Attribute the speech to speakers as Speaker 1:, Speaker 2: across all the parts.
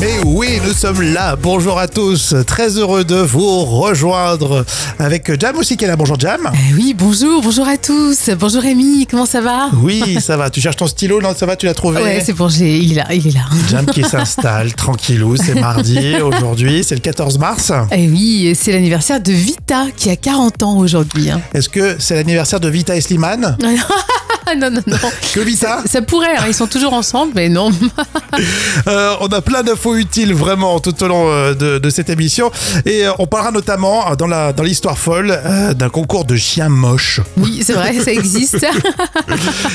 Speaker 1: Mais oui, nous sommes là. Bonjour à tous. Très heureux de vous rejoindre avec Jam aussi qui est là. Bonjour Jam.
Speaker 2: Eh oui, bonjour, bonjour à tous. Bonjour Rémi, comment ça va
Speaker 1: Oui, ça va. Tu cherches ton stylo Non, ça va, tu l'as trouvé.
Speaker 2: Ouais, c'est bon, j'ai- il est là, il est là.
Speaker 1: Jam qui s'installe tranquillou. C'est mardi aujourd'hui. C'est le 14 mars.
Speaker 2: Eh oui, c'est l'anniversaire de Vita qui a 40 ans aujourd'hui. hein.
Speaker 1: Est-ce que c'est l'anniversaire de Vita et Slimane
Speaker 2: Ah non, non, non.
Speaker 1: Que Vita
Speaker 2: Ça pourrait, hein, ils sont toujours ensemble, mais non.
Speaker 1: Euh, on a plein d'infos utiles vraiment tout au long euh, de, de cette émission et euh, on parlera notamment euh, dans la dans l'histoire folle euh, d'un concours de chiens moches
Speaker 2: Oui, c'est vrai, ça existe.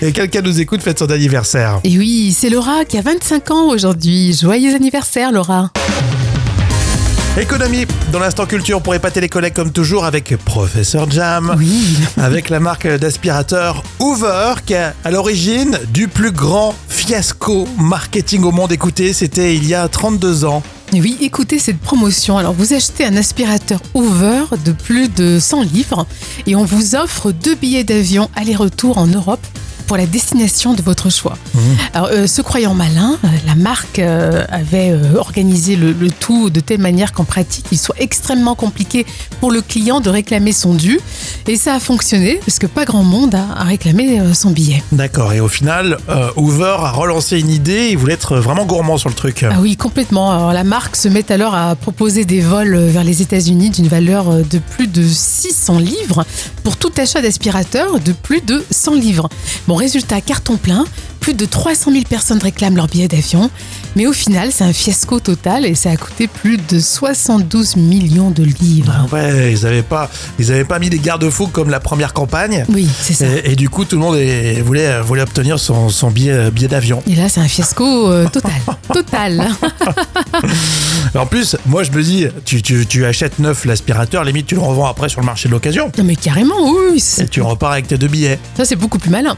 Speaker 1: et quelqu'un nous écoute fête son anniversaire.
Speaker 2: Et oui, c'est Laura qui a 25 ans aujourd'hui. Joyeux anniversaire, Laura.
Speaker 1: Économie dans l'instant culture pour épater les collègues comme toujours avec professeur Jam.
Speaker 2: Oui.
Speaker 1: Avec la marque d'aspirateur Hoover, qui est à l'origine du plus grand fiasco marketing au monde. Écoutez, c'était il y a 32 ans.
Speaker 2: Et oui, écoutez cette promotion. Alors, vous achetez un aspirateur Hoover de plus de 100 livres et on vous offre deux billets d'avion aller-retour en Europe pour la destination de votre choix. Alors, euh, se croyant malin, euh, la marque euh, avait euh, organisé le, le tout de telle manière qu'en pratique, il soit extrêmement compliqué pour le client de réclamer son dû. Et ça a fonctionné, parce que pas grand monde a, a réclamé euh, son billet.
Speaker 1: D'accord, et au final, euh, Hoover a relancé une idée, il voulait être vraiment gourmand sur le truc.
Speaker 2: Ah oui, complètement. Alors, la marque se met alors à proposer des vols euh, vers les États-Unis d'une valeur euh, de plus de 600 livres pour tout achat d'aspirateur de plus de 100 livres. Bon, résultat, carton plein. Plus de 300 000 personnes réclament leur billet d'avion. Mais au final, c'est un fiasco total et ça a coûté plus de 72 millions de livres.
Speaker 1: Ah ouais, ils n'avaient pas, ils avaient pas mis des garde-fous comme la première campagne.
Speaker 2: Oui, c'est ça.
Speaker 1: Et, et du coup, tout le monde est- voulait, voulait obtenir son, son billet, billet d'avion.
Speaker 2: Et là, c'est un fiasco euh, total. Total.
Speaker 1: Et En plus, moi, je me dis, tu, tu- tu achètes neuf l'aspirateur, limite, tu le revends après sur le marché de l'occasion.
Speaker 2: Non, mais carrément, oui.
Speaker 1: Et
Speaker 2: c'est-
Speaker 1: tu repars avec tes deux billets.
Speaker 2: Ça, c'est beaucoup plus malin.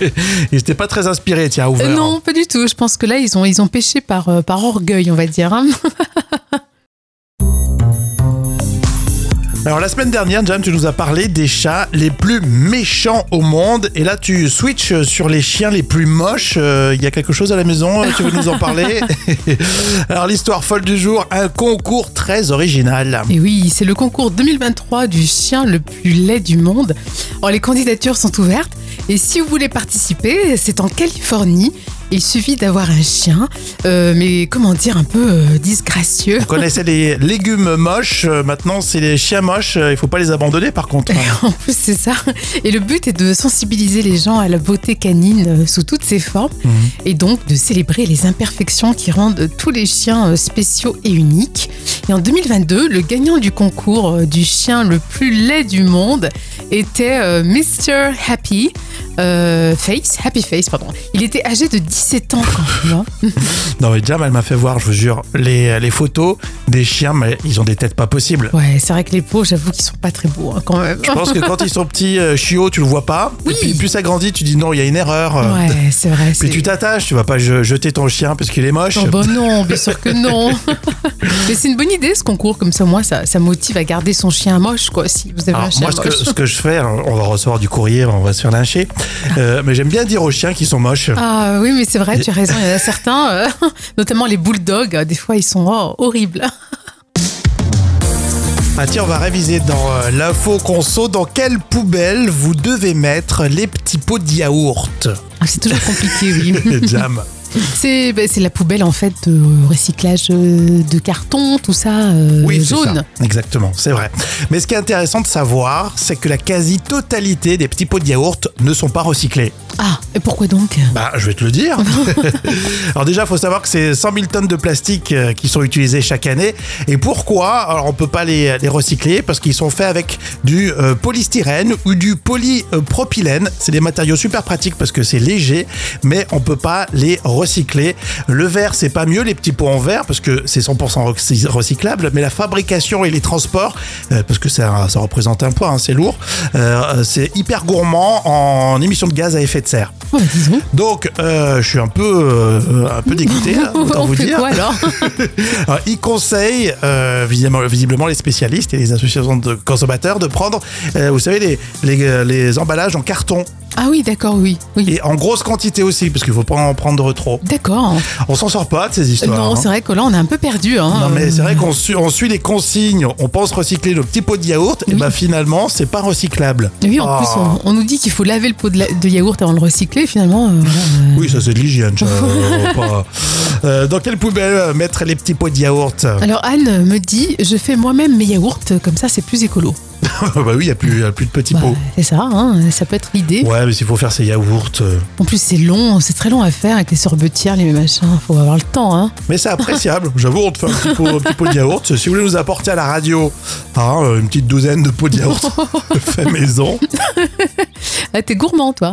Speaker 1: Ils n'étaient pas très inspirés, tiens, Hoover.
Speaker 2: Euh, non, pas du tout. Je pense que là, ils ont, ils ont pêché par, euh, par orgueil, on va dire. hein.
Speaker 1: Alors la semaine dernière, Jam, tu nous as parlé des chats les plus méchants au monde. Et là, tu switches sur les chiens les plus moches. Euh, Il y a quelque chose à la maison, euh, tu veux nous en parler Alors l'histoire folle du jour, un concours très original.
Speaker 2: Et oui, c'est le concours 2023 du chien le plus laid du monde. Alors, les candidatures sont ouvertes. Et si vous voulez participer, c'est en Californie. Il suffit d'avoir un chien, euh, mais comment dire, un peu euh, disgracieux.
Speaker 1: On connaissait les légumes moches, euh, maintenant c'est les chiens moches, euh, il faut pas les abandonner par contre.
Speaker 2: En plus, c'est ça. Et le but est de sensibiliser les gens à la beauté canine euh, sous toutes ses formes
Speaker 1: Mhm.
Speaker 2: et donc de célébrer les imperfections qui rendent tous les chiens euh, spéciaux et uniques. Et en 2022, le gagnant du concours euh, du chien le plus laid du monde était euh, Mr. Happy. euh, Face, Happy Face, pardon. Il était âgé de 17 ans quand même. hein.
Speaker 1: Non mais Jam, elle m'a fait voir, je vous jure, les, les photos des chiens, mais ils ont des têtes pas possibles.
Speaker 2: Ouais, c'est vrai que les peaux, j'avoue qu'ils sont pas très beaux hein, quand même.
Speaker 1: Je pense que quand ils sont petits, euh, chiots, tu le vois pas.
Speaker 2: Oui.
Speaker 1: Et puis plus ça grandit, tu dis non, il y a une erreur. euh,
Speaker 2: Ouais, c'est vrai. c'est-
Speaker 1: Puis tu t'attaches, tu vas pas je- jeter ton chien parce qu'il est moche.
Speaker 2: Oh bah non, bien sûr que non. Mais c'est une bonne idée ce concours, comme ça, moi, ça, ça motive à garder son chien moche, quoi, si vous avez
Speaker 1: Alors,
Speaker 2: un chien
Speaker 1: Ah, moi, ce que,
Speaker 2: moche.
Speaker 1: ce que je fais, hein, on va recevoir du courrier, on va se faire lyncher. Euh, mais j'aime bien dire aux chiens qu'ils sont moches.
Speaker 2: Ah oui, mais c'est vrai, tu as raison, il y en a certains, euh, notamment les bulldogs, euh, des fois ils sont oh, horribles.
Speaker 1: Ah, tiens, on va réviser dans euh, l'info conso dans quelle poubelle vous devez mettre les petits pots de yaourt.
Speaker 2: Ah, C'est toujours compliqué, oui.
Speaker 1: Jam.
Speaker 2: C'est ben, c'est la poubelle en fait de recyclage euh, de carton, tout ça, euh,
Speaker 1: c'est
Speaker 2: jaune.
Speaker 1: ça. Exactement, c'est vrai. Mais ce qui est intéressant de savoir, c'est que la quasi-totalité des petits pots de yaourt ne sont pas recyclés.
Speaker 2: Ah, et pourquoi donc
Speaker 1: Bah, je vais te le dire. Alors déjà, il faut savoir que c'est 100 000 tonnes de plastique euh, qui sont utilisées chaque année. Et pourquoi Alors, on peut pas les, les recycler parce qu'ils sont faits avec du euh, polystyrène ou du polypropylène. C'est des matériaux super pratiques parce que c'est léger, mais on peut pas les recycler. Le verre, c'est pas mieux, les petits pots en verre, parce que c'est 100% recy- recyclable. Mais la fabrication et les transports, euh, parce que euh, ça, ça représente un poids, hein, c'est lourd, euh, c'est hyper gourmand en émissions de gaz à effet de de serre.
Speaker 2: Oh, disons.
Speaker 1: Donc, euh, je suis un peu, euh, un peu dégoûté, là, autant
Speaker 2: On
Speaker 1: vous
Speaker 2: fait
Speaker 1: dire.
Speaker 2: quoi alors
Speaker 1: Alors, il conseille euh, visiblement, visiblement les spécialistes et les associations de consommateurs de prendre, euh, vous savez, les, les, les emballages en carton
Speaker 2: Ah oui, d'accord, oui. oui.
Speaker 1: et en grosse quantité aussi, parce qu'il faut pas en prendre trop.
Speaker 2: D'accord.
Speaker 1: On s'en sort pas de ces histoires.
Speaker 2: non,
Speaker 1: hein.
Speaker 2: c'est vrai que là, on est un peu perdu. Hein.
Speaker 1: Non, mais c'est vrai qu'on su- on suit les consignes, on pense recycler le petit pot de yaourt, et
Speaker 2: Oui.
Speaker 1: bah finalement, c'est pas recyclable.
Speaker 2: Oui, en
Speaker 1: Ah.
Speaker 2: plus, on, on nous dit qu'il faut laver le pot de, la- de yaourt avant de le recycler, finalement. euh, voilà, euh,
Speaker 1: Oui, ça c'est de l'hygiène. ça, euh, pas- Euh, dans quelle poubelle euh, mettre les petits pots de yaourt
Speaker 2: Alors, Anne me dit je fais moi-même mes yaourts, comme ça, c'est plus écolo.
Speaker 1: Bah oui, il n'y a, plus y a plus de petits
Speaker 2: Bah,
Speaker 1: pots.
Speaker 2: c'est ça, hein, ça peut être l'idée.
Speaker 1: Ouais, mais s'il faut faire ces yaourts. euh,
Speaker 2: En plus, c'est long, c'est très long à faire avec les sorbetières, les machins. Faut avoir le temps, hein.
Speaker 1: Mais c'est appréciable. J'avoue, on te fait un petit, pot, un petit pot de yaourt. Si vous voulez nous apporter à la radio hein, euh, une petite douzaine de pots de yaourt fait maison.
Speaker 2: Ah, t'es gourmand, toi.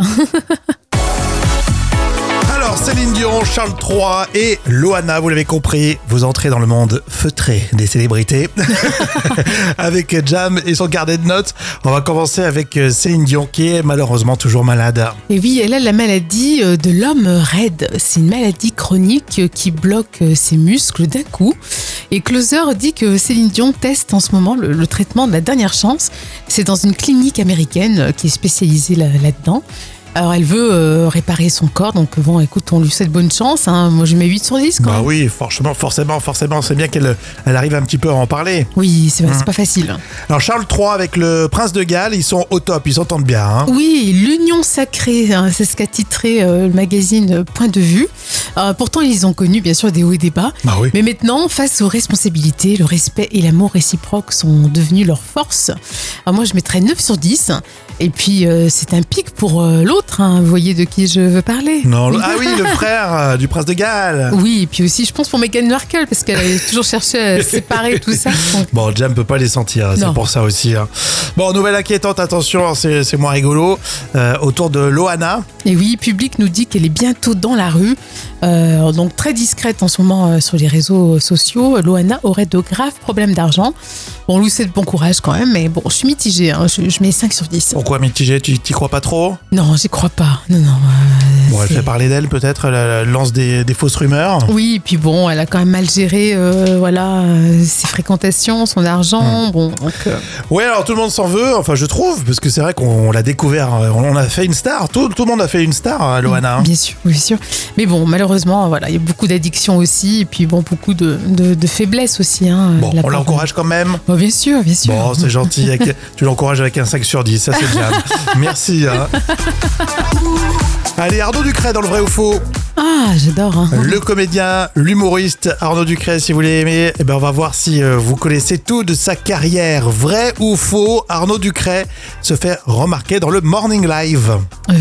Speaker 1: Alors, Céline Dion, Charles III et Loana, vous l'avez compris, vous entrez dans le monde feutré des célébrités. avec Jam et son carnet de notes, on va commencer avec euh, Céline Dion qui est malheureusement toujours malade.
Speaker 2: Et oui, elle a la maladie euh, de l'homme raide. C'est une maladie chronique euh, qui bloque euh, ses muscles d'un coup. Et Closer dit que Céline Dion teste en ce moment le, le traitement de la dernière chance. C'est dans une clinique américaine euh, qui est spécialisée là- là-dedans. Alors elle veut euh, réparer son corps, donc euh, bon, écoute, on lui souhaite bonne chance. hein. Moi, je mets 8 sur 10 quand
Speaker 1: Bah
Speaker 2: même.
Speaker 1: oui, forcément, forcément, forcément, c'est bien qu'elle elle arrive un petit peu à en parler.
Speaker 2: Oui, c'est c'est pas facile.
Speaker 1: Alors, Charles III avec le prince de Galles, ils sont au top, ils s'entendent bien. hein.
Speaker 2: Oui, l'union sacrée, hein, c'est ce qu'a titré euh, le magazine euh, Point de vue. Euh, pourtant, ils ont connu bien sûr des hauts et des bas.
Speaker 1: Bah oui.
Speaker 2: Mais maintenant, face aux responsabilités, le respect et l'amour réciproque sont devenus leur force. Alors moi, je mettrais 9 sur 10. Et puis, euh, c'est un pic pour euh, l'autre. hein. Vous voyez de qui je veux parler
Speaker 1: Non, le- ah oui, le frère euh, du prince de Galles.
Speaker 2: Oui, et puis aussi, je pense pour Meghan Markle, parce qu'elle avait toujours cherché à séparer tout ça. Donc,
Speaker 1: Bon, Jam peut pas les sentir, c'est
Speaker 2: Non.
Speaker 1: pour ça aussi. hein. Bon, nouvelle inquiétante, attention, hein, c'est c'est moins rigolo. Euh, autour de Loana,
Speaker 2: Et oui, Public nous dit qu'elle est bientôt dans la rue. Euh, donc très discrète en ce moment euh, sur les réseaux sociaux. Loana aurait de graves problèmes d'argent. Bon, on lui souhaite bon courage quand même, mais bon, je suis mitigée. hein. Je, je mets 5 sur 10.
Speaker 1: pourquoi mitigé Tu t'y crois pas trop
Speaker 2: Non, j'y crois pas. Non, non. euh,
Speaker 1: Bon, elle
Speaker 2: c'est-
Speaker 1: fait parler d'elle peut-être, elle euh, lance des, des fausses rumeurs.
Speaker 2: Oui, et puis bon, elle a quand même mal géré euh, voilà, euh, ses fréquentations, son argent.
Speaker 1: Mmh.
Speaker 2: Bon, donc, euh,
Speaker 1: Ouais, alors tout le monde s'en veut, enfin je trouve, parce que c'est vrai qu'on on l'a découvert, euh, on a fait une star, tout, tout le monde a fait une star, euh, Loana. hein.
Speaker 2: Bien sûr, bien sûr. Mais bon, malheureusement, voilà, il y a beaucoup d'addictions aussi, et puis bon, beaucoup de, de, de faiblesses aussi. hein,
Speaker 1: Bon,
Speaker 2: de la
Speaker 1: on
Speaker 2: part de-
Speaker 1: l'encourage quand même.
Speaker 2: Bon, bien sûr, bien sûr.
Speaker 1: Bon, c'est gentil, avec- tu l'encourages avec un 5 sur 10, ça c'est Jam. Merci. hein. Allez, Arnaud Ducret dans le vrai ou faux.
Speaker 2: Ah, j'adore. hein.
Speaker 1: Le comédien, l'humoriste Arnaud Ducret, si vous l'aimez, eh ben on va voir si euh, vous connaissez tout de sa carrière. Vrai ou faux, Arnaud Ducret se fait remarquer dans le Morning Live
Speaker 2: Euh,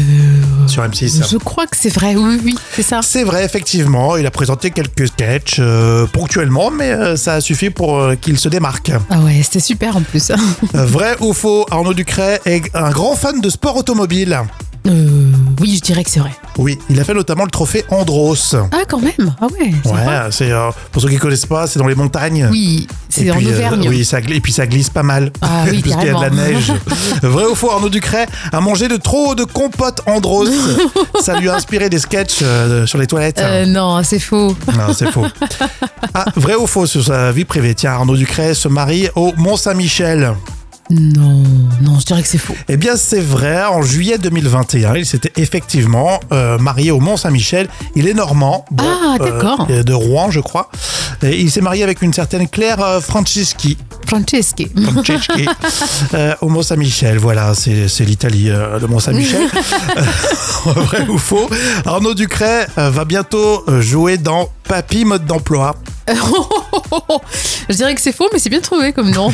Speaker 1: sur M6.
Speaker 2: je crois que c'est vrai, oui, oui, c'est ça.
Speaker 1: C'est vrai, effectivement, il a présenté quelques sketchs euh, ponctuellement, mais euh, ça a suffi pour euh, qu'il se démarque.
Speaker 2: Ah ouais, c'était super en plus. hein.
Speaker 1: Euh, vrai ou faux, Arnaud Ducret est un grand fan de sport automobile.
Speaker 2: Euh, oui, je dirais que c'est vrai.
Speaker 1: Oui, il a fait notamment le trophée Andros.
Speaker 2: Ah, quand même. Ah ouais. sympa.
Speaker 1: Ouais, c'est euh, pour ceux qui connaissent pas, c'est dans les montagnes.
Speaker 2: Oui,
Speaker 1: Et
Speaker 2: c'est en
Speaker 1: puis, euh,
Speaker 2: Auvergne.
Speaker 1: oui, ça glisse, et puis ça glisse pas mal.
Speaker 2: Ah oui,
Speaker 1: Parce qu'il y a de la
Speaker 2: carrément.
Speaker 1: neige. Vrai ou faux, Arnaud Ducret a mangé de trop de compote Andros. ça lui a inspiré des sketchs euh, sur les toilettes.
Speaker 2: Euh, non, c'est faux.
Speaker 1: Non, c'est faux. Ah, vrai ou faux sur sa vie privée Tiens, Arnaud Ducret se marie au Mont-Saint-Michel.
Speaker 2: Non, non, je dirais que c'est faux.
Speaker 1: Eh bien, c'est vrai. En juillet 2021, il s'était effectivement euh, marié au Mont-Saint-Michel. Il est normand. Bon,
Speaker 2: Ah, d'accord.
Speaker 1: euh, de Rouen, je crois. Et il s'est marié avec une certaine Claire euh, Franceschi.
Speaker 2: Franceschi.
Speaker 1: Franceschi, euh, au Mont-Saint-Michel. Voilà, c'est c'est l'Italie, euh, le Mont-Saint-Michel. Euh, vrai ou faux Arnaud Ducret euh, va bientôt euh, jouer dans Papy Mode d'emploi.
Speaker 2: je dirais que c'est faux, mais c'est bien trouvé comme nom.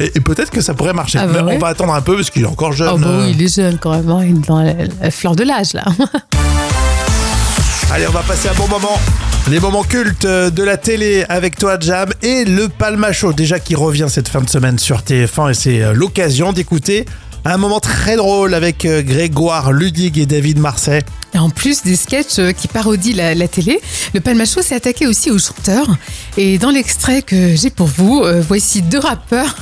Speaker 1: Et, et peut-être que ça pourrait marcher.
Speaker 2: Ah bah
Speaker 1: Mais
Speaker 2: ouais.
Speaker 1: On va attendre un peu parce qu'il est encore jeune.
Speaker 2: Ah bah
Speaker 1: euh.
Speaker 2: oui, il est jeune quand même, hein, il est dans la, la fleur de l'âge là.
Speaker 1: Allez, on va passer un bon moment. Les moments cultes euh, de la télé avec toi, Jam, et le Palma Show, déjà qui revient cette fin de semaine sur TF1, et c'est euh, l'occasion d'écouter Un moment très drôle avec euh, Grégoire Ludig et David Marseille.
Speaker 2: Et en plus des sketchs euh, qui parodient la, la télé, le Palmacho s'est attaqué aussi aux chanteurs. Et dans l'extrait que j'ai pour vous, euh, voici deux rappeurs.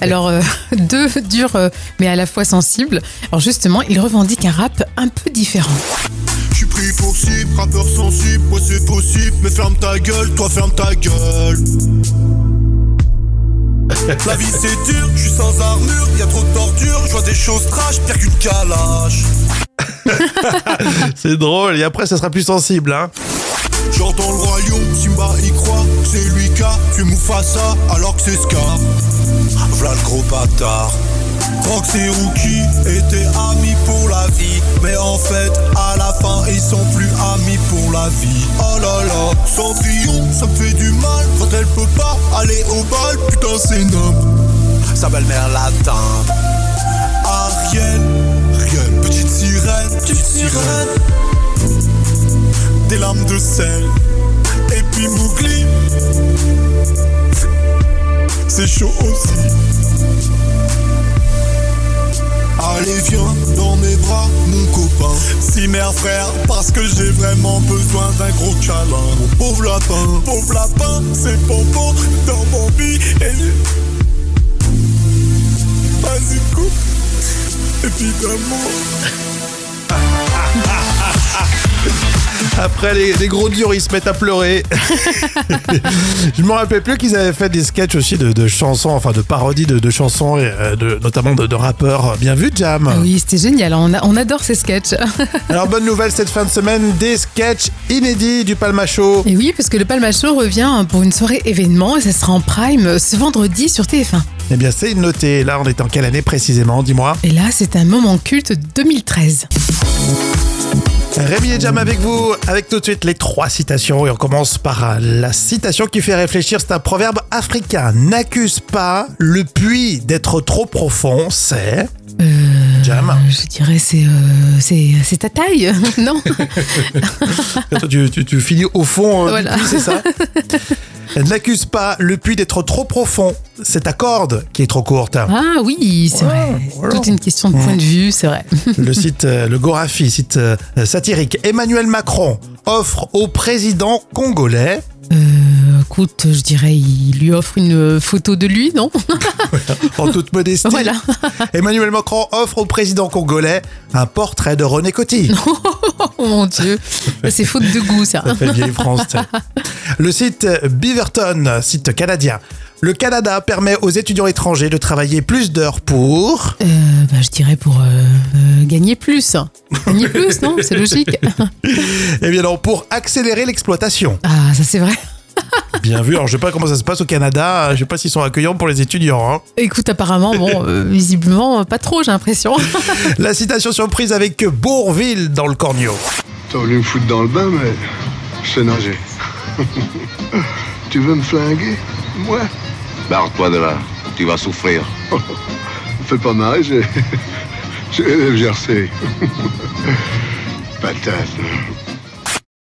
Speaker 2: Alors, euh, deux durs, euh, mais à la fois sensibles. Alors, justement, ils revendiquent un rap un peu différent.
Speaker 3: Je suis pris pour cible, rappeur sensible, ouais c'est possible, mais ferme ta gueule, toi ferme ta gueule. La vie c'est dur, je suis sans armure, y a trop de torture, je vois des choses trash, pire qu'une calache.
Speaker 1: C'est drôle, et après, ça sera plus sensible. Hein.
Speaker 3: J'entends le royaume, Simba y croit, c'est lui qui a tué Mufasa, alors que c'est Scar. V'là le gros bâtard. Fox et Rookie étaient amis pour la vie, mais en fait, à la fin, ils sont plus amis pour la vie. Oh là là, Cendrillon, ça me fait du mal quand elle peut pas aller au bal, putain, c'est noble. Sa belle-mère l'atteint. Ariel, Ariel, petite sirène, petite sirène des lames de sel. Et puis Mougli, c'est chaud aussi. Allez, viens dans mes bras, mon copain. Si mère frère, parce que j'ai vraiment besoin d'un gros câlin. Mon pauvre lapin, pauvre lapin, c'est pompon dans mon lit. Et Vas-y, coupe. Et puis d'amour.
Speaker 1: Après, les, les gros durs, ils se mettent à pleurer. Je me rappelais plus qu'ils avaient fait des sketchs aussi de, de chansons, enfin de parodies de, de chansons, et, euh, de- notamment de, de rappeurs. Bien vu, Jam.
Speaker 2: Ah oui, c'était génial. On, a- on adore ces sketchs.
Speaker 1: Alors, bonne nouvelle cette fin de semaine, des sketchs inédits du Palmacho.
Speaker 2: Et oui, parce que le Palmacho revient pour une soirée événement et ça sera en prime ce vendredi sur TF1.
Speaker 1: Eh bien, c'est noté. Là, on est en quelle année précisément Dis-moi.
Speaker 2: Et là, c'est un moment culte 2013.
Speaker 1: Rémi et Jam avec vous, avec tout de suite les trois citations. Et on commence par euh, la citation qui fait réfléchir. C'est un proverbe africain. N'accuse pas le puits d'être trop profond, c'est. Jam.
Speaker 2: Je dirais, c'est euh, c'est- c'est ta taille, non
Speaker 1: Toi, tu, tu- tu finis au fond euh, du
Speaker 2: Voilà.
Speaker 1: puits, c'est ça N'accuse pas le puits d'être trop profond. C'est ta corde qui est trop courte.
Speaker 2: Ah oui, c'est vrai. C'est
Speaker 1: voilà.
Speaker 2: Toute une question de point de vue, c'est vrai.
Speaker 1: Le site, euh, le Gorafi, site euh, satirique. Emmanuel Macron offre au président congolais.
Speaker 2: Euh, écoute, je dirais, il lui offre une euh, photo de lui, non
Speaker 1: En toute modestie,
Speaker 2: Voilà.
Speaker 1: Emmanuel Macron offre au président congolais un portrait de René Coty.
Speaker 2: Oh mon dieu, Ça, c'est faute de goût, ça.
Speaker 1: Ça fait vieille France. ça. Le site Beaverton, site canadien. Le Canada permet aux étudiants étrangers de travailler plus d'heures pour.
Speaker 2: Euh, bah, je dirais pour euh, euh, gagner plus. Gagner plus, non C'est logique.
Speaker 1: Eh bien non, pour accélérer l'exploitation.
Speaker 2: Ah, ça c'est vrai.
Speaker 1: Bien vu. Alors je sais pas comment ça se passe au Canada. Je sais pas s'ils sont accueillants pour les étudiants. hein.
Speaker 2: Écoute, apparemment, bon, euh, visiblement, euh, pas trop, j'ai l'impression.
Speaker 1: La citation surprise avec Bourville dans le Cornio.
Speaker 4: T'as voulu me foutre dans le bain, mais je sais nager. tu veux me flinguer Moi
Speaker 5: Barre-toi de là, tu vas souffrir.
Speaker 4: Fais pas marrer, j'ai... j'ai le GRC. Patate. hein.